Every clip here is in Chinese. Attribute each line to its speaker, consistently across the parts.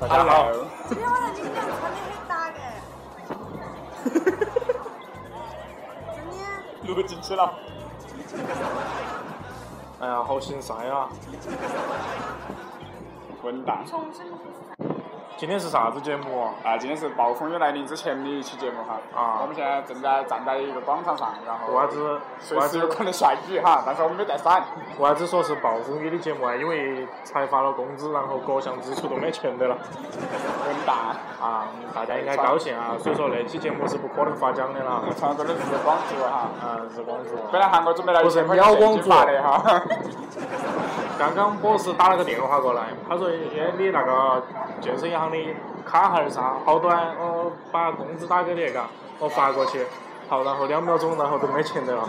Speaker 1: 大家好，
Speaker 2: 今天我的力量昨天很大的，真的，
Speaker 1: 录进去了。哎呀，好心塞啊！
Speaker 3: 混蛋
Speaker 2: 重生就是
Speaker 1: 今天是啥子节目啊？
Speaker 3: 啊！今天是暴风雨来临之前的一期节目哈。
Speaker 1: 啊
Speaker 3: 我们现在正在站在一个广场上，然后
Speaker 1: 为啥子？为
Speaker 3: 随
Speaker 1: 啥
Speaker 3: 时有可
Speaker 1: 子？
Speaker 3: 能下雨哈，但是我们没带伞。
Speaker 1: 为啥子说是暴风雨的节目啊？因为才发了工资，然后各项支出都没钱的了。
Speaker 3: 混蛋！
Speaker 1: 啊，大家应该高兴啊！所以说那期节目是不可能发奖的啦。
Speaker 3: 穿过的日光族哈。
Speaker 1: 啊，日光族。
Speaker 3: 本来韩国准备了
Speaker 1: 不是
Speaker 3: 1000块
Speaker 1: 秒
Speaker 3: 钱
Speaker 1: 光
Speaker 3: 现
Speaker 1: 族
Speaker 3: 金发的哈。
Speaker 1: 刚刚博士打了个电话过来，他说：“哎，你那个健身银行的卡号是啥？好短，我把工资打给你，嘎，我发过去。”好，然后两秒钟，然后都没钱得了。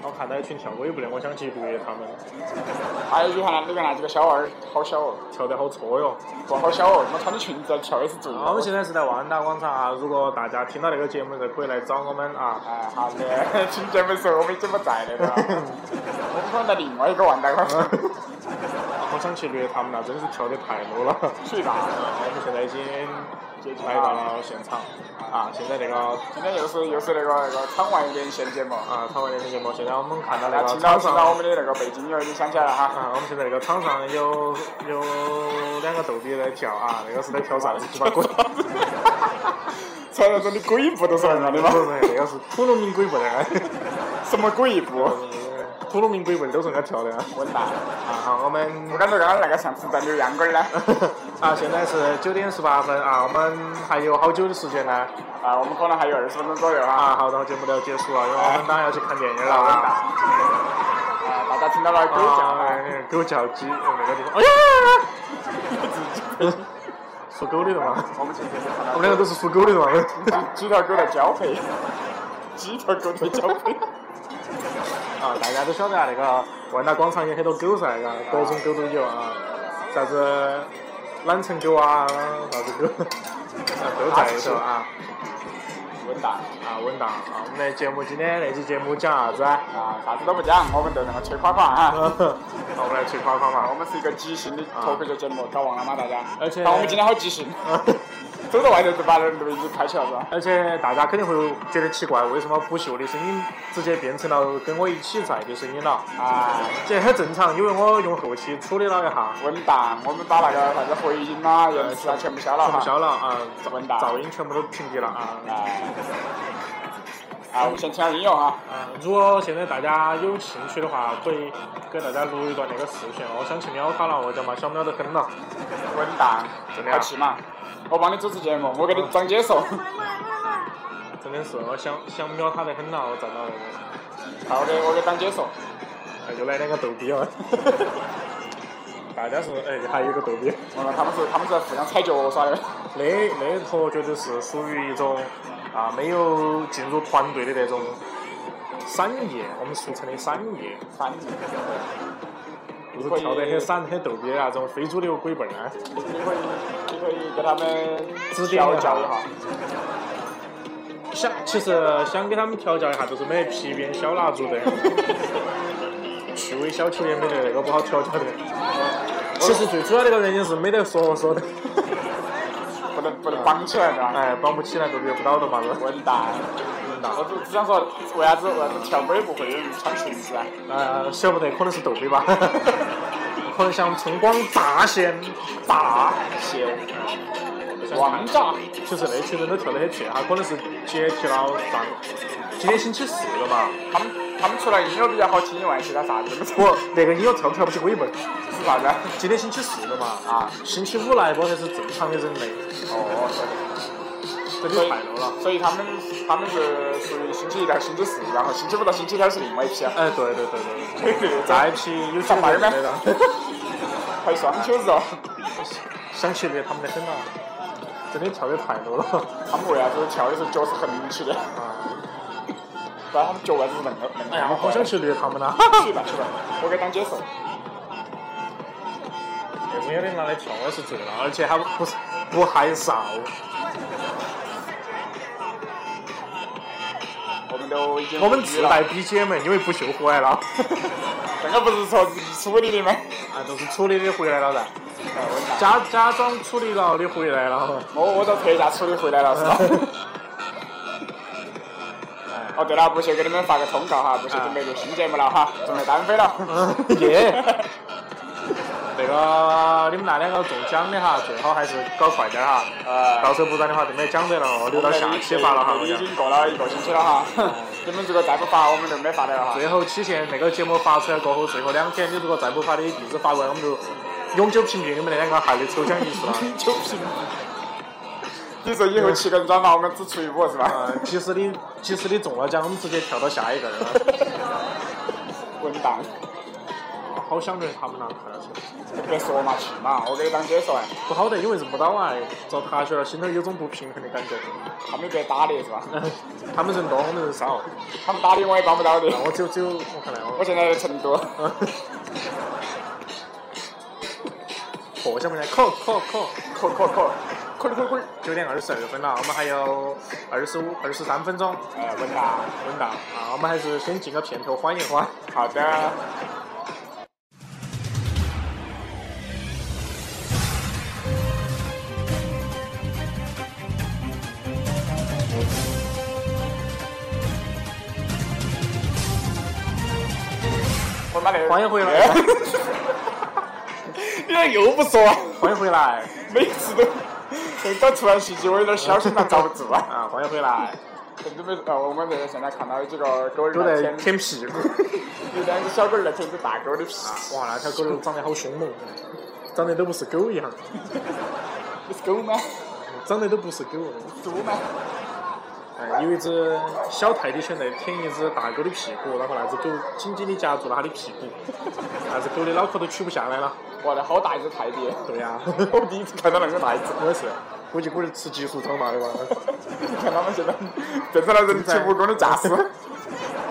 Speaker 1: 我看到一群跳舞步的，我想嫉妒于他们，
Speaker 3: 还有雨涵里面那几个小二，好小哦，
Speaker 1: 跳得好搓哟。
Speaker 3: 不好小哦，我穿的裙子跳的是最。
Speaker 1: 啊我们现在是在万达广场啊，如果大家听到这个节目的，可以来找我们啊。
Speaker 3: 哎，好的， 请姐妹说我们已经不在了，对吧？我们可能在另外一个万达广场
Speaker 1: 好想去虐他们了，真是跳得太 low 了。
Speaker 3: 睡吧。
Speaker 1: 我们现在已经来到了现场啊，现在那个
Speaker 3: 今天又是又是那个那个场外连线节目，
Speaker 1: 啊，场外联系节目，现在我们看啊到
Speaker 3: 大家
Speaker 1: 那个
Speaker 3: 听到
Speaker 1: 场
Speaker 3: 听
Speaker 1: 上
Speaker 3: 到我们的那个背景音乐已经响起来了 哈。
Speaker 1: 啊，我们现在那个场上有有两个逗比在跳啊，那个是在跳啥子鸡巴鬼？
Speaker 3: 传说中的鬼步都是那样的吗？
Speaker 1: 不 是，那个是普通民鬼步的，
Speaker 3: 什么鬼步？
Speaker 1: 普通民鬼步的都是那跳的啊。
Speaker 3: 混蛋！
Speaker 1: 啊，好，我们
Speaker 3: 我感觉刚刚那个像是在扭秧歌儿呢。
Speaker 1: 啊，现在是九点十八分啊，我们还有好久的时间呢
Speaker 3: 啊，我们可能还有二十分钟左右啊。
Speaker 1: 啊，好，然后节目都要结束了，因为我们当然要去看电影了
Speaker 3: 混蛋！
Speaker 1: 啊。
Speaker 3: 啊，大家听到了狗叫
Speaker 1: 啊
Speaker 3: 吗？，
Speaker 1: 狗叫鸡，那个地方，哎呀，属狗的了嘛，
Speaker 3: 我们其实是看
Speaker 1: 我
Speaker 3: 到
Speaker 1: 们两个都是属狗的嘛。
Speaker 3: 几几条狗在交配，几条狗在交 配。
Speaker 1: 啊，大家都晓得啊，那个万达广场有很多狗噻，嘎，各种狗都有啊，啥子啊懒城狗啊，啥子狗，啊都在一头啊。
Speaker 3: 混蛋！
Speaker 1: 啊，稳当啊！我们的节目今天那期节目讲啥子啊？
Speaker 3: 啊，啥子都不讲，我们就那个吹垮垮哈。啊
Speaker 1: 那我们来吹夸夸
Speaker 3: 我
Speaker 1: 嘛。
Speaker 3: 们是一个即兴的脱口秀节目，搞忘了吗？大家？
Speaker 1: 而且
Speaker 3: 但我们今天好即兴，走到外头就把人都已经拍起了是吧？
Speaker 1: 而且大家肯定会觉得奇怪，为什么不秀的声音直接变成了跟我一起在的声音了？
Speaker 3: 啊，
Speaker 1: 这很正常，因为我用后期处理了一下，
Speaker 3: 稳当，我们把那个啥子回音啦、延迟啊全部消了
Speaker 1: 全部
Speaker 3: 哈。
Speaker 1: 消了啊，
Speaker 3: 稳
Speaker 1: 噪
Speaker 3: 当
Speaker 1: 噪音全部都屏蔽了啊。
Speaker 3: 哎，啊，我们先听下音乐哈。
Speaker 1: 啊，如果现在大家有兴趣的话，可以给大家录一段那个视频。我想去秒他了，我叫嘛想秒得很了。
Speaker 3: 稳当，
Speaker 1: 怎么样
Speaker 3: 好气嘛！我帮你主持节目，我给你装解说。
Speaker 2: 快快快快！
Speaker 1: 真的是，我想想秒他得很了，我站到那 个，
Speaker 3: 好的，我给你当解说。
Speaker 1: 哎又来两个逗比了。大家是哎，还有一个逗比。
Speaker 3: 嗯，他们是他们是在互相踩脚耍的。
Speaker 1: 那那坨绝对是属于一种啊没有进入团队的那种散叶，我们俗称的散叶，
Speaker 3: 反正
Speaker 1: 就是跳得很散、很逗比的那啊种非主流鬼辈儿。啊
Speaker 3: 你可以你可以给他们
Speaker 1: 指点
Speaker 3: 调
Speaker 1: 一下
Speaker 3: 教一下。
Speaker 1: 想其实想给他们调教一下，就是买皮鞭小蜡烛的，趣味小球也没得那个不好调教的。其实最主要的一个原因是没得说说的，
Speaker 3: 不能不能啊绑起来的，
Speaker 1: 哎，绑不起来就约不到的嘛，是
Speaker 3: 混蛋！
Speaker 1: 混
Speaker 3: 我只只想说，为啥子为啥子跳舞也不会有人穿裙子啊？
Speaker 1: 呃，晓不得，可能是逗比吧， 可能想春光乍现，
Speaker 3: 大谢王炸，
Speaker 1: 其实那群人都跳得很撇，他可能是解题了上，今天星期四了嘛，
Speaker 3: 他们他们除了音乐比较好听以外，其他啥子都没
Speaker 1: 不，那个音乐跳不跳不起鬼门，
Speaker 3: 是啥子啊？
Speaker 1: 今天星期四了嘛，啊，星期五来播才是正常的人类，
Speaker 3: 哦，对
Speaker 1: 这就太 low 了。
Speaker 3: 所以他们他们是属于星期一到星期四，然后星期五到星期天是另外一批啊。
Speaker 1: 哎，对对对对，
Speaker 3: 咋
Speaker 1: 那一批有
Speaker 3: 上班儿吗
Speaker 1: 的了，
Speaker 3: 还双休日哦？
Speaker 1: 想去虐他们的很啊，真的跳的太 low 了。
Speaker 3: 他们为啥子跳的时候脚是横起的？
Speaker 1: 啊，
Speaker 3: 不然他们脚为啥子是恁个恁个？
Speaker 1: 哎呀，我好想去虐他们啊啦！
Speaker 3: 去吧去吧，我给当解说。
Speaker 1: 那种有点拿来跳我是醉了，而且还不是不害臊。
Speaker 3: 我们们都已经
Speaker 1: 我们
Speaker 3: 急
Speaker 1: 自
Speaker 3: 了。
Speaker 1: 带 BGM，因为不秀回来了，
Speaker 3: 这个不是说处理的吗？
Speaker 1: 啊，都是处理的回来了噻，
Speaker 3: 哎我拿
Speaker 1: 假假装处理了的回来了。
Speaker 3: 我我到特价处理回来了是 吧？哦对了，不去给你们发个通告哈，不去准备录新节目了哈，准备单飞 了。
Speaker 1: 耶！那个你们那两个中奖的哈，最好还是搞快点儿哈，到
Speaker 3: 呃，
Speaker 1: 时候不然的话就没奖得了，哦，留到下期发了哈。
Speaker 3: 我
Speaker 1: 我
Speaker 3: 们已
Speaker 1: 讲
Speaker 3: 经过了一个星期了哈，你们如果再不发，我们就没法得了哈。
Speaker 1: 最后期限那个节目发出来过后，最后两天你如果再不把你地址发过来，我们就永久屏蔽你们那两个孩的抽奖仪式了。
Speaker 3: 就凭你说以后七个人转发，我们只出一五是吧？
Speaker 1: 呃，即使你即使你中了奖，我们直接跳到下一个了。
Speaker 3: 混蛋！
Speaker 1: 好想念他们那看到起，
Speaker 3: 别说嘛去嘛，我给你当解说哎，
Speaker 1: 不好得，因为认不到啊，遭踏雪了，心头有种不平衡的感觉。
Speaker 3: 他们被打的是吧？
Speaker 1: 他们人多，我们人少，
Speaker 3: 他们打的我也帮不到的。
Speaker 1: 那我只有只有我看来
Speaker 3: 我
Speaker 1: 我
Speaker 3: 现在在成都，
Speaker 1: 破晓没来，扣扣扣。
Speaker 3: 扣扣扣，扣扣扣，
Speaker 1: 九点二十二分了，我们还有二十五、二十三分钟，
Speaker 3: 哎，稳当。
Speaker 1: 稳当啊！我们还是先进个片头缓一缓。
Speaker 3: 好的。我妈那个
Speaker 1: 欢迎 回来！
Speaker 3: 你咋又不说？
Speaker 1: 欢迎回来
Speaker 3: 每次都 这个突然袭击，我有点小心脏遭不住啊！
Speaker 1: 啊！欢迎回来，
Speaker 3: 这准备呃，我们这个现在看到有几个狗儿
Speaker 1: 狗
Speaker 3: 在
Speaker 1: 在
Speaker 3: 舔，
Speaker 1: 舔屁股。
Speaker 3: 有两只小狗儿在舔着大狗儿的屁。
Speaker 1: 哇，那条狗长得好凶猛，长得都不是狗一样，
Speaker 3: 你是狗吗？
Speaker 1: 长得都不是狗。
Speaker 3: 猪吗？
Speaker 1: 哎，有一只小泰迪犬在舔一只大狗的屁股，然后那只狗紧紧的夹住了它的屁股，那只狗的脑壳都取不下来了。
Speaker 3: 哇，那好大一只泰迪！
Speaker 1: 对呀、
Speaker 3: 我第一次看到那么大一只，
Speaker 1: 我也是，估计估计吃激素长大的吧。
Speaker 3: 看他们现在变成了人体蜈蚣的架势。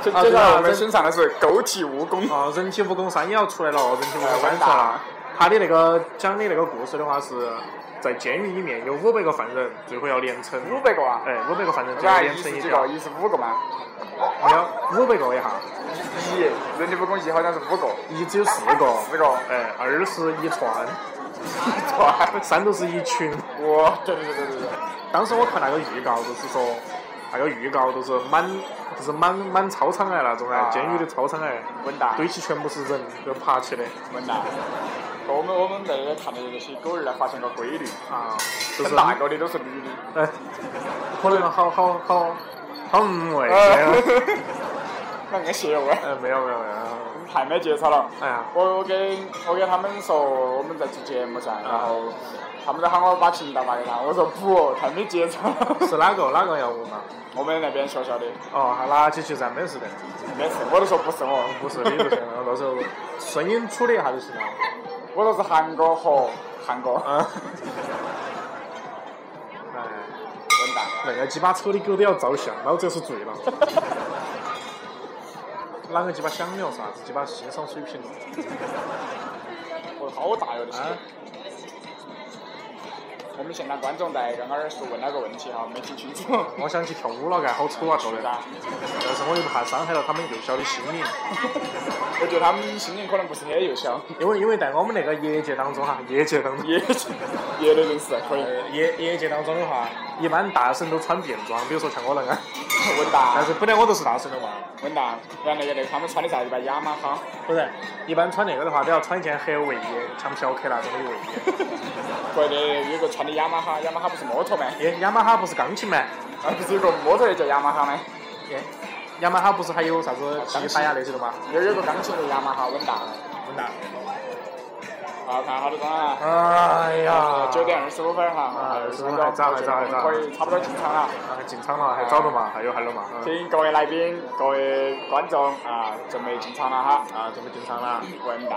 Speaker 3: 接接下来啊我们欣赏的是狗体蜈蚣。
Speaker 1: 哦，人体蜈蚣三也要出来了，人体蜈蚣三出来
Speaker 3: 啊
Speaker 1: 了。他的那个讲的那个故事的话是，在监狱里面有五百个犯人，最后要连成，
Speaker 3: 五百个啊？
Speaker 1: 哎，五百个犯人
Speaker 3: 我
Speaker 1: 最后
Speaker 3: 家
Speaker 1: 连
Speaker 3: 一
Speaker 1: 成
Speaker 3: 十
Speaker 1: 一
Speaker 3: 几
Speaker 1: 条
Speaker 3: 个，，一十五个嘛。
Speaker 1: 没有五百个一下，
Speaker 3: 一人体蜈蚣一好像是五个，
Speaker 1: 一只有四个，
Speaker 3: 四个。
Speaker 1: 哎，二是一串，
Speaker 3: 哇，
Speaker 1: 三都是一群。
Speaker 3: 我对对对对对。
Speaker 1: 当时我看那个预告，就是说那个预告都是满，就是满满操场哎那种哎
Speaker 3: 啊，
Speaker 1: 监狱的操场哎，
Speaker 3: 稳当，
Speaker 1: 堆起全部是人，就爬起的
Speaker 3: 稳当。我们我们在这看到这些狗儿呢，发现个规律，
Speaker 1: 啊，就是
Speaker 3: 很大个的都是绿的。
Speaker 1: 哎，可能好好好好嗯无
Speaker 3: 哎
Speaker 1: 味。
Speaker 3: 那个邪味儿，
Speaker 1: 呃，哎没有没有没有。
Speaker 3: 太没节操了。
Speaker 1: 哎呀，
Speaker 3: 我我给我给他们说我们在做节目噻，然后他们都喊我把频道发给他，我说不，太没节 操了。
Speaker 1: 是哪个哪个要问嘛？
Speaker 3: 我们那边学校的，
Speaker 1: 哦，还拿起去噻，没事的，
Speaker 3: 没事，我都说不是我，
Speaker 1: 不是 你就行了，到时候声音处理一下就行了。
Speaker 3: 我说是韩哥和韩哥，
Speaker 1: 啊，哎，
Speaker 3: 混蛋。
Speaker 1: 那个鸡巴丑的狗都要照相，老子是 醉了。啷个鸡巴想聊啥子啊鸡巴欣赏水平了？
Speaker 3: 我好大哟这些
Speaker 1: 啊。
Speaker 3: 我们现在观众在刚刚儿是问了个问题哈，没听清楚。
Speaker 1: 我想去跳舞了，该好丑啊，跳的。但是我又怕伤害了他们幼小的心灵。
Speaker 3: 我觉得他们心情可能不是很幼 小，
Speaker 1: 因为因为在我们那个业界当中哈，业界当中，
Speaker 3: 业业内人士可以
Speaker 1: 呃业业界当中的话，一般大神都穿便装，比如说像我那 个，
Speaker 3: 稳
Speaker 1: 但
Speaker 3: 当
Speaker 1: 是本来我都是大神的嘛，
Speaker 3: 稳当。然后那个那个他们穿的啥一般雅马哈，
Speaker 1: 不是，一般穿那个的话都要穿一件黑卫衣，像嫖客那种的卫衣。
Speaker 3: 或者有个穿的雅马哈，雅马哈不是摩托吗？
Speaker 1: 耶，雅马哈不是钢琴吗？
Speaker 3: 啊，不是有个摩托也叫雅马哈吗？
Speaker 1: 耶，雅马哈不是还有啥子吉他呀那些的吗？
Speaker 3: 也有个钢琴的雅马哈稳当。
Speaker 1: 混蛋！
Speaker 3: 好看好多张啊！
Speaker 1: 哎呀，
Speaker 3: 九点二十五分哈，
Speaker 1: 啊
Speaker 3: 25分
Speaker 1: 25还早还早还早
Speaker 3: 可以差不多进场了。
Speaker 1: 啊，进场了，还早了嘛，还有还有嘛。嗯
Speaker 3: 请各位来宾、各位观众啊，准备进场了哈。
Speaker 1: 啊，准备进场了，
Speaker 3: 文达，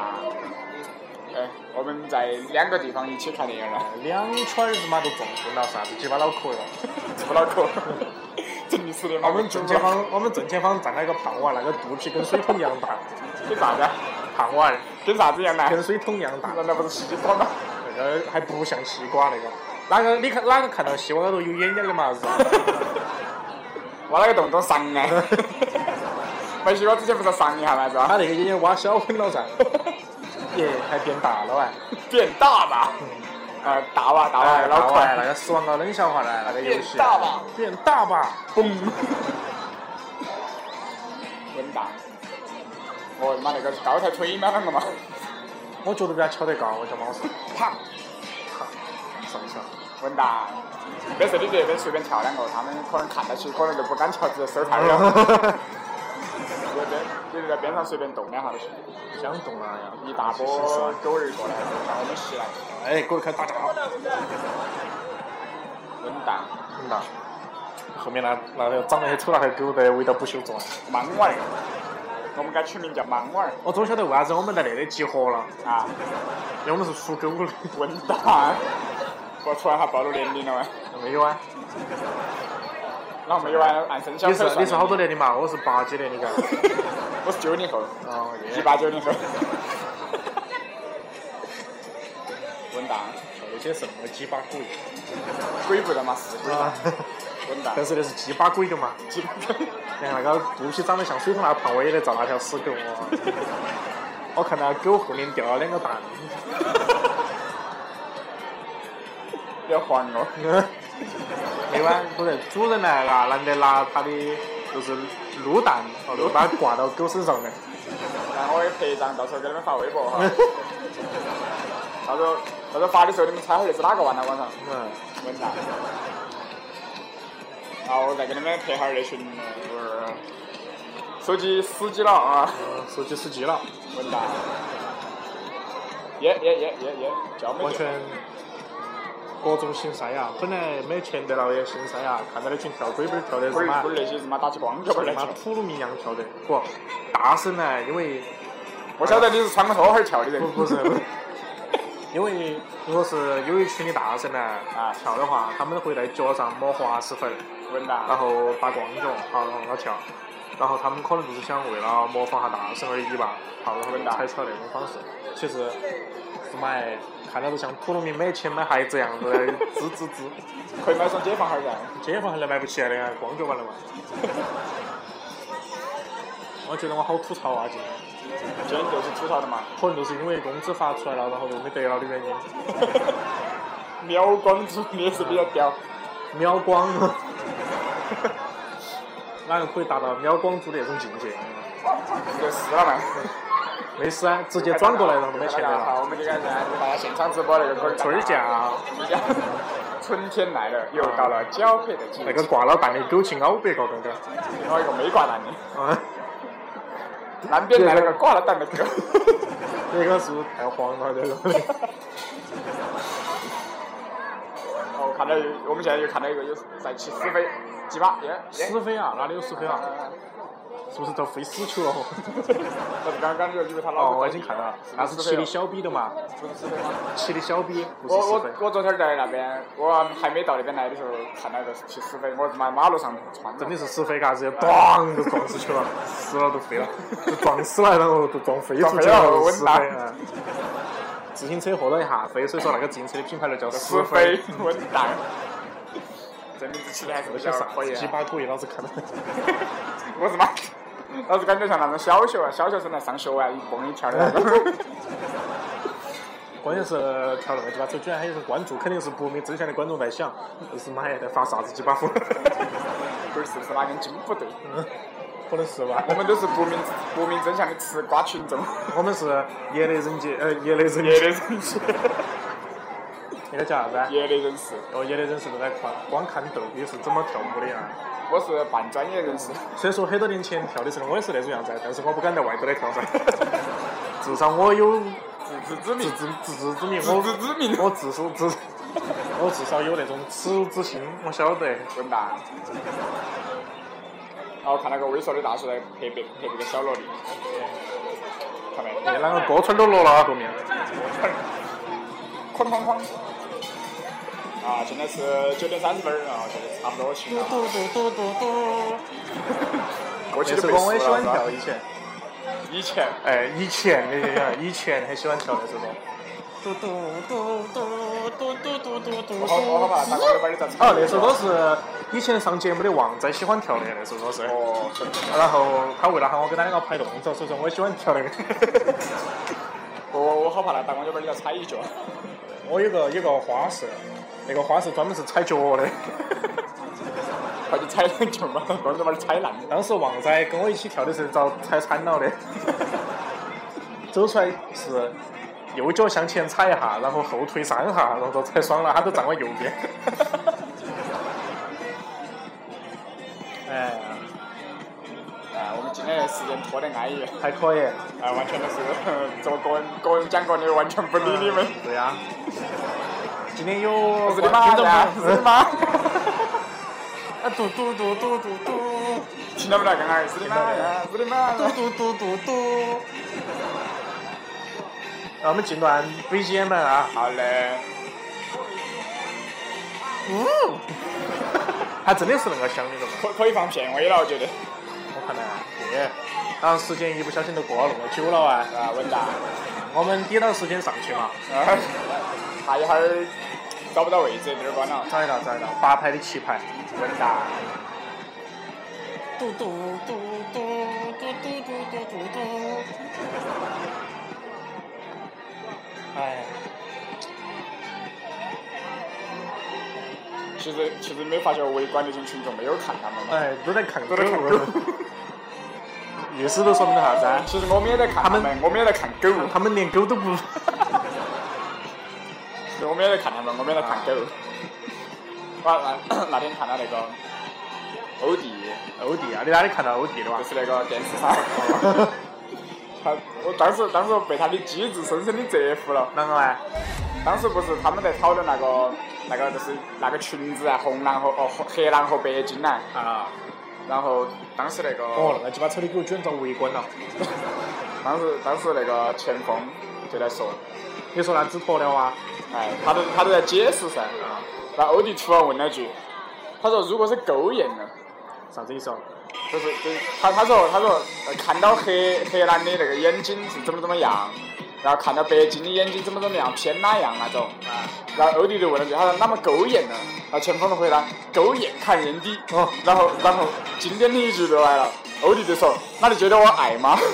Speaker 3: 哎，我们在两个地方一起看电影了，
Speaker 1: 呃两圈儿日妈都撞昏了，啥子鸡巴脑壳了。
Speaker 3: 出脑 壳，真的是的，
Speaker 1: 我们正前方，我们正前方站了一个胖娃，那个肚皮跟水桶一样大，
Speaker 3: 跟啥子啊？
Speaker 1: 胖娃儿
Speaker 3: 跟啥子一样呢？
Speaker 1: 跟水桶一样大，
Speaker 3: 难道不是西瓜吗？
Speaker 1: 那个还不像西瓜那个。哪个你看哪个看到西瓜都有眼眼的嘛？是吧？
Speaker 3: 挖了个洞洞上来。梅西，我之前不是上你一下嘛，是
Speaker 1: 他
Speaker 3: 吧？
Speaker 1: 那个已经挖小分了噻，耶，还变大了哎，
Speaker 3: 变大吧，啊，大吧，大吧，老快
Speaker 1: 那
Speaker 3: 了，
Speaker 1: 个死亡高冷笑话呢，那个游
Speaker 3: 变
Speaker 1: 戏，
Speaker 3: 大吧，
Speaker 1: 变大吧，
Speaker 3: 嘣，稳当。我哦他妈那个高抬腿嘛，啷个嘛？
Speaker 1: 我觉得比他敲得高，我叫毛说，
Speaker 3: 啪，
Speaker 1: 上上，
Speaker 3: 稳当。没事，你这边随便跳两个，他们可能看得起，可能就不敢跳，直接收菜
Speaker 1: 哦
Speaker 3: 了。这边，你就在边上随便动两下就行。
Speaker 1: 想动了呀，
Speaker 3: 一大波狗儿过来，让我们袭来，
Speaker 1: 哎，各位看大家
Speaker 3: 稳当。
Speaker 1: 很大。后面那那条长得很丑那条狗在围到不休转，
Speaker 3: 盲玩儿，我们给它取名叫盲玩儿
Speaker 1: 我终于晓得为啥子我们在那里集合了，
Speaker 3: 啊，
Speaker 1: 因为我们是属狗的，
Speaker 3: 混蛋！我突然还暴露年龄了嘛，
Speaker 1: 没有啊？
Speaker 3: 然后没有按按生肖
Speaker 1: 你
Speaker 3: 测
Speaker 1: 是
Speaker 3: 算
Speaker 1: 你是好多年的嘛？我是八几年的，嘎。
Speaker 3: 我是九零后，
Speaker 1: 哦，
Speaker 3: 一
Speaker 1: 耶，
Speaker 3: 八九零后。混蛋，
Speaker 1: 有些什么鸡巴鬼
Speaker 3: 鬼不得嘛，是鬼
Speaker 1: 啊
Speaker 3: 嘛，？混蛋
Speaker 1: 但！是那是鸡巴鬼的嘛？
Speaker 3: 鸡巴狗
Speaker 1: 你看那个肚皮长得像水桶那胖威的，照那条死 狗哦。我看那狗后面掉了两个 蛋，
Speaker 3: 不要哦还我！
Speaker 1: 那晚不是啊主人来了，难得拿他的就是鹿蛋，哦，就把它挂到狗身上的。
Speaker 3: 然后我也拍一张，到时候给你们发微博哈。到时候到时候发的时候，你们猜下那是哪个玩的晚上？
Speaker 1: 嗯，
Speaker 3: 稳当。然后我再给你们拍哈儿那群，呃手机死机了啊，
Speaker 1: 手机死机了，
Speaker 3: 稳当。耶耶耶耶耶，叫没
Speaker 1: 完
Speaker 3: 叫？
Speaker 1: 全各种新塞牙，本来没钱得了也新塞牙，哎看到那群跳龟龟跳的
Speaker 3: 龟
Speaker 1: 是
Speaker 3: 儿
Speaker 1: 妈
Speaker 3: 龟儿那些日妈打起光脚儿
Speaker 1: 他
Speaker 3: 来
Speaker 1: 妈
Speaker 3: 跳。
Speaker 1: 普鲁米扬跳的，不，大声呢，因为
Speaker 3: 我晓得你是穿个拖鞋儿跳的人
Speaker 1: 不。不是，不是因为如果是有一群的大神来
Speaker 3: 啊
Speaker 1: 跳的话，他们会在脚上抹滑石粉，
Speaker 3: 稳
Speaker 1: 然
Speaker 3: 当。
Speaker 1: 后扒光脚，好，然后他跳，然后他们可能就是想为了模仿下大神而已吧，好，然后就采取了那种方式。其实是买，看到都像普鲁民买钱买鞋子一样子，滋滋滋，
Speaker 3: 可以买双解放鞋儿噻。
Speaker 1: 街坊还来买不起来的，光脚完了嘛。 我觉得我好吐槽啊，今天。
Speaker 3: 今天就是吐槽的嘛。
Speaker 1: 可能就是因为工资发出来了，然后又没得了的原因，
Speaker 3: 秒光族你也是比较屌。
Speaker 1: 秒光了。 哪个可以达到秒光族的那种境界？嗯
Speaker 3: 就是了嘛。
Speaker 1: 没事啊，直接转过来让他们钱得了。
Speaker 3: 好，我们就开始来给大家现场直播那个龟儿打
Speaker 1: 春假，
Speaker 3: 春天来了，又到了交配的季节。
Speaker 1: 那个挂了蛋的狗去咬别个刚刚，
Speaker 3: 另外一个没挂蛋的，
Speaker 1: 啊，
Speaker 3: 南边来了个挂了蛋的狗。
Speaker 1: 那个是不是太黄了？这个，
Speaker 3: 哦，看到有，我们现在又看到一个有在起死飞，鸡巴耶耶！
Speaker 1: 死飞啊，哪里有死飞啊？
Speaker 3: 呃
Speaker 1: 是不是都飞死球了？
Speaker 3: 但是刚刚就因为他脑
Speaker 1: 哦，
Speaker 3: 壳
Speaker 1: 我已经看到了，那是骑的小逼的嘛，
Speaker 3: 不是死飞吗？
Speaker 1: 骑的小逼不
Speaker 3: 我
Speaker 1: 是死
Speaker 3: 我
Speaker 1: 飞。
Speaker 3: 我昨天在那边，我还没到那边来的时候，看到一个去死飞，我他妈马路上窜
Speaker 1: 真
Speaker 3: 的，
Speaker 1: 的是死飞嘎，直接咣就撞死去了，死了都飞了，就撞死了，然后就撞飞出去
Speaker 3: 撞飞了
Speaker 1: 死飞。嗯自行车祸了一下飞，所以说那个自行车的品牌就叫
Speaker 3: 死
Speaker 1: 死
Speaker 3: 飞
Speaker 1: 飞。，
Speaker 3: 混蛋！这名字起的还是
Speaker 1: 那
Speaker 3: 比
Speaker 1: 些
Speaker 3: 较
Speaker 1: 啥
Speaker 3: 可以
Speaker 1: 子鸡
Speaker 3: 啊。
Speaker 1: 巴鬼，老子看到。
Speaker 3: 我是妈，老子感觉像那种小学啊，小学生来上学啊，一蹦一跳的那种。
Speaker 1: 关键是跳那个鸡巴车，居然还有人关注，肯定是不明真相的观众在想，就是妈呀，在发啥子鸡巴疯？
Speaker 3: 龟儿是不是哪根筋不对？
Speaker 1: 可能是吧
Speaker 3: 我。们都是不明不明真相的吃瓜群众，
Speaker 1: 我们是业内人杰，呃，业内人
Speaker 3: 业
Speaker 1: 杰，
Speaker 3: 内 人士，
Speaker 1: 那个叫啥子啊？
Speaker 3: 业内人士，
Speaker 1: 哦，业内人士都在看，光看逗比是怎么跳舞的呀？
Speaker 3: 我是半专业人士，
Speaker 1: 虽然说很多年前跳的时候我也是那种样子，啊但是我不敢在外头来跳噻。 至少我有
Speaker 3: 自知之
Speaker 1: 自
Speaker 3: 明，
Speaker 1: 知自知之明，
Speaker 3: 自知
Speaker 1: 我
Speaker 3: 之明，
Speaker 1: 我至少至我至少有那种耻辱之心，我晓得。
Speaker 3: 混蛋。然后看那个猥琐的大叔在拍别拍这个小萝莉，看没？
Speaker 1: 那个锅村都落了啊，后面。
Speaker 3: 哐哐哐！啊，现在是九点三十分儿啊，现在差不多行了。
Speaker 1: 嘟嘟嘟嘟嘟。
Speaker 3: 过去
Speaker 1: 那
Speaker 3: 的
Speaker 1: 时
Speaker 3: 背
Speaker 1: 候
Speaker 3: 书
Speaker 1: 我也喜欢
Speaker 3: 了，
Speaker 1: 跳以前，
Speaker 3: 以前
Speaker 1: 哎，以前的以前很喜欢跳那首歌，嘟嘟嘟嘟嘟嘟嘟嘟嘟嘟
Speaker 3: 我好我好怕大哥把你咋
Speaker 1: 哦，
Speaker 3: 炒
Speaker 1: 那首歌是以前上节目的旺仔喜欢跳的那首歌是，
Speaker 3: 哦，是的
Speaker 1: 然后他为了喊我跟他两个排动作，所以说我喜欢跳那个。
Speaker 3: 我我我好怕那大哥就把你咋踩一脚。
Speaker 1: 我有个有个花式，那个花式专门是踩脚的。
Speaker 3: 快去踩两球嘛，观众把你踩烂了。
Speaker 1: 当时旺仔跟我一起跳的时候，遭踩惨了的。 走出来是右脚向前踩一下，然后后退三下，然后踩爽了，他都站我右边。哎，
Speaker 3: 哎，我们今天的时间拖得安逸，
Speaker 1: 还可以。
Speaker 3: 哎，完全都是做个人个人讲个人，完全不理你们。
Speaker 1: 对呀、今天有
Speaker 3: 我是你
Speaker 1: 观
Speaker 3: 妈
Speaker 1: 听众
Speaker 3: 的，
Speaker 1: 朋
Speaker 3: 是
Speaker 1: 友
Speaker 3: 你妈。
Speaker 1: 啊嘟嘟嘟嘟嘟嘟
Speaker 3: 听到没？那刚刚是你妈的，是你妈
Speaker 1: 嘟
Speaker 3: 的。
Speaker 1: 嘟嘟嘟嘟。那我们进段 BGM 啊。
Speaker 3: 好嘞，
Speaker 1: 嗯，还真的是恁个香的了嘛，
Speaker 3: 可可以放片尾了，我觉得。
Speaker 1: 我看呐，耶，然后时间一不小心就过了那么久了啊，
Speaker 3: 啊，稳当。
Speaker 1: 我们抵到时间上去嘛，
Speaker 3: 啊，怕一会儿找不到位置，这儿关了。
Speaker 1: 找一道找一道，八排的七排，
Speaker 3: 稳当。
Speaker 1: 嘟嘟嘟嘟嘟嘟嘟嘟嘟嘟，哎，
Speaker 3: 其实其实没发现围观那些群众没有看他们嘛，
Speaker 1: 哎，都在看
Speaker 3: 都
Speaker 1: 狗
Speaker 3: 在看狗，。
Speaker 1: 意思都说明了啥子啊？
Speaker 3: 其实我们也在看他
Speaker 1: 他
Speaker 3: 们，我们也在看狗，
Speaker 1: 他们连狗都 不，
Speaker 3: 我们也在看他们，我们也在看狗。我那那天看到那个欧弟，
Speaker 1: 欧弟啊，你哪里看到欧弟 的哇
Speaker 3: 就？是那个电视上，他我当时当时被他的机智深深的折服了。
Speaker 1: 啷个啊？
Speaker 3: 当时不是他们在讨论那个那个就是那个裙子啊，红蓝和哦红黑蓝和白金啊，
Speaker 1: 啊，
Speaker 3: 然后当时那个
Speaker 1: 哦，那个鸡巴丑的狗居然遭围观了。
Speaker 3: 当时当时那个前锋就在说，
Speaker 1: 你说那只鸵鸟啊？
Speaker 3: 哎，他都他都在解释噻。
Speaker 1: 啊，
Speaker 3: 然后欧弟突然问了句，他说如果是狗眼呢？
Speaker 1: 啥子意思哦？
Speaker 3: 就是就是他他说他说呃看到黑黑蓝的那个眼睛是怎么怎么样，然后看到白金的眼睛怎么怎么样偏哪样那种。
Speaker 1: 啊，
Speaker 3: 然后欧弟就问了句，他说那么狗眼呢？然后前锋的回答狗眼看人低。
Speaker 1: 哦
Speaker 3: 然后然后经典的一句就来了，欧弟就说那你觉得我矮吗？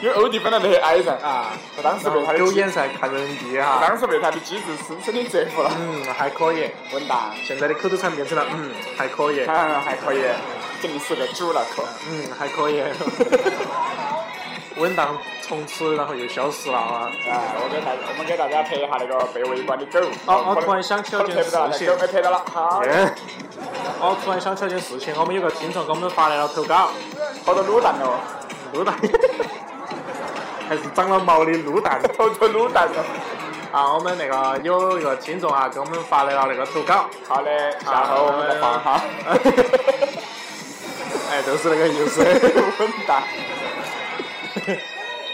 Speaker 3: 因为欧弟本来就很矮噻。
Speaker 1: 啊，
Speaker 3: 我当时被他的
Speaker 1: 狗
Speaker 3: 机
Speaker 1: 眼噻，看人低
Speaker 3: 我
Speaker 1: 哈。
Speaker 3: 当时被他的机智深深的折服 了。
Speaker 1: 嗯，还可以。
Speaker 3: 稳当，
Speaker 1: 现在的口头禅变成了嗯，还可以，
Speaker 3: 嗯，还可以，这里是个猪脑壳。
Speaker 1: 嗯，还可以。 稳当从此然后又消失了啊。
Speaker 3: 啊，我给大我们给大家拍一下那个被围观的狗。
Speaker 1: 哦
Speaker 3: 可能
Speaker 1: 我突然想起了
Speaker 3: 可能
Speaker 1: 件
Speaker 3: 拍不到了
Speaker 1: 事
Speaker 3: 狗
Speaker 1: 情
Speaker 3: 哎，拍到了，好，
Speaker 1: 耶！我哦突然想起了件事情，我们有个听众给我们发来了投稿，
Speaker 3: 好多卤蛋哦，
Speaker 1: 卤蛋， 还是长了毛的卤蛋。
Speaker 3: 好多卤蛋哦。
Speaker 1: 啊，我们那个有一个听众啊，给我们发来了那个投稿，
Speaker 3: 好的，然后我们再放哈。
Speaker 1: 呃哎，就是那个意 思。
Speaker 3: 混蛋，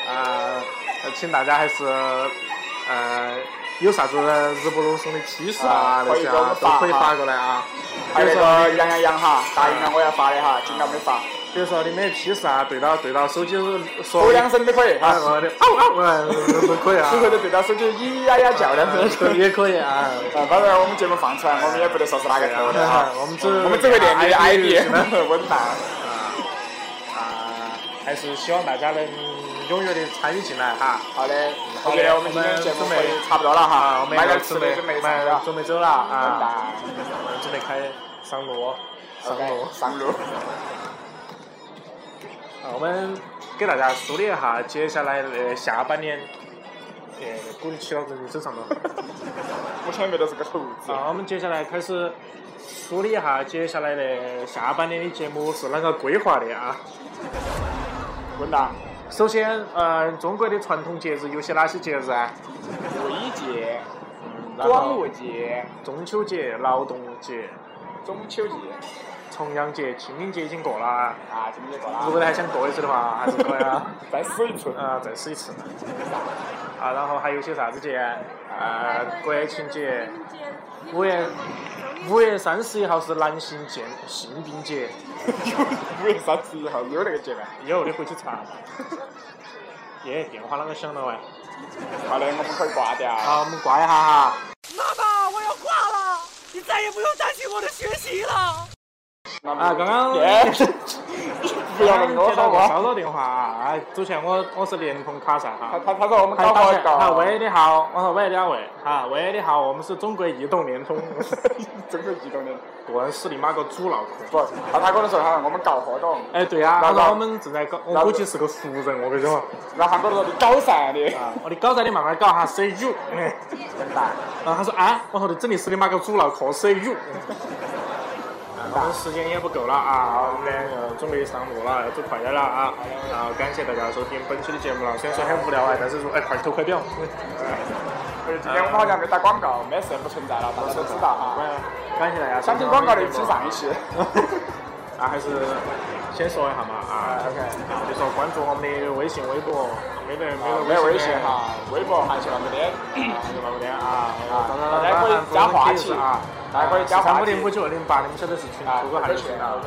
Speaker 1: 啊、呃，请大家还是呃有啥子日不落松的批示啊
Speaker 3: 啊
Speaker 1: 那
Speaker 3: 可以
Speaker 1: 些
Speaker 3: 给我
Speaker 1: 啊
Speaker 3: 们，
Speaker 1: 都
Speaker 3: 发
Speaker 1: 可以
Speaker 3: 哈
Speaker 1: 发过来啊。
Speaker 3: 还有那个杨洋洋哈，答应了我要发的哈，今朝没发，
Speaker 1: 比如说你们的批示啊，对到对到手机说
Speaker 3: 吼两声都可以
Speaker 1: 啊，
Speaker 3: 哈，
Speaker 1: 我的嗷嗷呃都可以啊
Speaker 3: 最，后就对到手机咿咿呀呀叫两声。
Speaker 1: 呃也可以啊。。
Speaker 3: 啊，反正我们节目放出来，我们也不得说是哪个投的哈
Speaker 1: 我们只
Speaker 3: 我们只会念你的 ID，稳当。
Speaker 1: 啊，还是希望大家能踊跃的参与进来哈。
Speaker 3: 好的，
Speaker 1: 好
Speaker 3: 我
Speaker 1: 的
Speaker 3: 觉得我们今天节目会差不多了
Speaker 1: 啊，
Speaker 3: 哈
Speaker 1: 我，们
Speaker 3: 买
Speaker 1: 也
Speaker 3: 点
Speaker 1: 准
Speaker 3: 吃
Speaker 1: 备
Speaker 3: 的准备上
Speaker 1: 买
Speaker 3: 了，
Speaker 1: 准备走了
Speaker 3: 稳
Speaker 1: 啊，
Speaker 3: 当。
Speaker 1: 准备开啊上路上路
Speaker 3: OK，。上路。
Speaker 1: 啊，我们给大家梳理一下接下来的下半年，呃耶，鼓励骑到人手上了。
Speaker 3: 我前面都是个猴子。
Speaker 1: 啊，我们接下来开始梳理一下接下来的下半年的节目是啷个规划的啊。
Speaker 3: 稳当。
Speaker 1: 首先，呃，中国的传统节日有些哪些节日啊？
Speaker 3: 鬼节、
Speaker 1: 嗯，然
Speaker 3: 端
Speaker 1: 后
Speaker 3: 午节、
Speaker 1: 中秋节、劳动节、
Speaker 3: 中秋节
Speaker 1: 重阳节、清明节已经过了啊。
Speaker 3: 啊，今天过
Speaker 1: 如果
Speaker 3: 了。
Speaker 1: 你还想过一次的话，还是可以 啊。
Speaker 3: 再试一次。
Speaker 1: 呃，再试一次。啊，然后还有些啥子节？呃，国庆节。五月五月三十一号是男性健性病节，
Speaker 3: 五月三十一号有那个节吗？
Speaker 1: 有你回去查。耶，电话啷个响了喂？
Speaker 3: 好嘞，我们可以挂掉。
Speaker 1: 好，我们挂一下哈。
Speaker 4: 妈妈，我要挂了，你再也不用担心我的学习了。
Speaker 3: 那么
Speaker 1: 啊刚刚
Speaker 3: 耶不要跟我
Speaker 1: 接到
Speaker 3: 说
Speaker 1: 个
Speaker 3: 话。
Speaker 1: 骚扰电话啊！啊，之前我我是联通卡噻
Speaker 3: 他
Speaker 1: 哈。
Speaker 3: 他他说我们
Speaker 1: 还
Speaker 3: 搞
Speaker 1: 打
Speaker 3: 广
Speaker 1: 算啊，
Speaker 3: 告。
Speaker 1: 喂，你好，我说喂，两位，啊，喂，你好，我们是中国移动、联 通，
Speaker 3: 真是激动的。
Speaker 1: 个人是你妈个猪脑壳。
Speaker 3: 不，啊，他可能说他我们搞活动，
Speaker 1: 哎，对啊，
Speaker 3: 那
Speaker 1: 他
Speaker 3: 个
Speaker 1: 说我们正在搞，我
Speaker 3: 那个
Speaker 1: 估计是个熟人，我跟你说，
Speaker 3: 然后他可能说你搞啥的，
Speaker 1: 啊，我的搞噻，你慢慢搞哈，C U，哎，
Speaker 3: 嗯笨蛋。
Speaker 1: 然后他说啊，我说的整的是你妈个猪脑壳，C U。啊我们时间也不够了啊，我们呢呃准备上路了，要走快点了啊！然后感谢大家收听本期的节目了，虽然说很无聊啊，但是说哎快投快表，
Speaker 3: 嗯而且今天我们好像没打广告，没事，不存在了，大家都知道哈。
Speaker 1: 感谢大家收
Speaker 3: 想听
Speaker 1: 听我
Speaker 3: 广
Speaker 1: 们
Speaker 3: 告
Speaker 1: 的
Speaker 3: 的请
Speaker 1: 节目。
Speaker 3: 上一期。
Speaker 1: 啊，还是先说一下嘛啊
Speaker 3: 啊，OK
Speaker 1: 就说关注我们的微信、微博，没得
Speaker 3: 啊
Speaker 1: 没
Speaker 3: 没
Speaker 1: 得
Speaker 3: 有微信
Speaker 1: 信的，
Speaker 3: 哈，微博还是那么的。
Speaker 1: 有没得啊？
Speaker 3: 啊
Speaker 1: 当
Speaker 3: 大家可以加话题
Speaker 1: 啊，
Speaker 3: 大家可以加话题
Speaker 1: 三五零五九二零八，你们晓得是群
Speaker 3: 啊，
Speaker 1: 投稿还
Speaker 3: 是
Speaker 1: 是群
Speaker 3: 群
Speaker 1: 啊？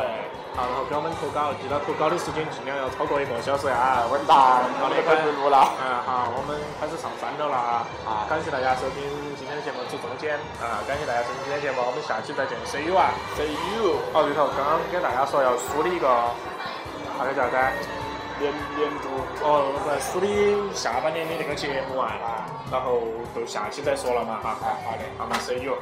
Speaker 1: 啊，然后给我们投稿，记得投稿的时间尽量要超过一个小时啊。
Speaker 3: 啊，稳当，我们就开始录了。
Speaker 1: 嗯，好，我们开始上山了啦！啊
Speaker 3: 啊，
Speaker 1: 感谢大家收听今天的节目至中间啊，感谢大家收听今天的节目，我们下期再见，See you 啊！
Speaker 3: See you，
Speaker 1: 哦，对头，刚刚给大家说要梳理一个那个叫啥子？
Speaker 3: 连连读。
Speaker 1: 哦，不是梳理下半年的那个节目啊，然后就下期再说了嘛哈。
Speaker 3: 哎，好的。
Speaker 1: 好嘛，See you。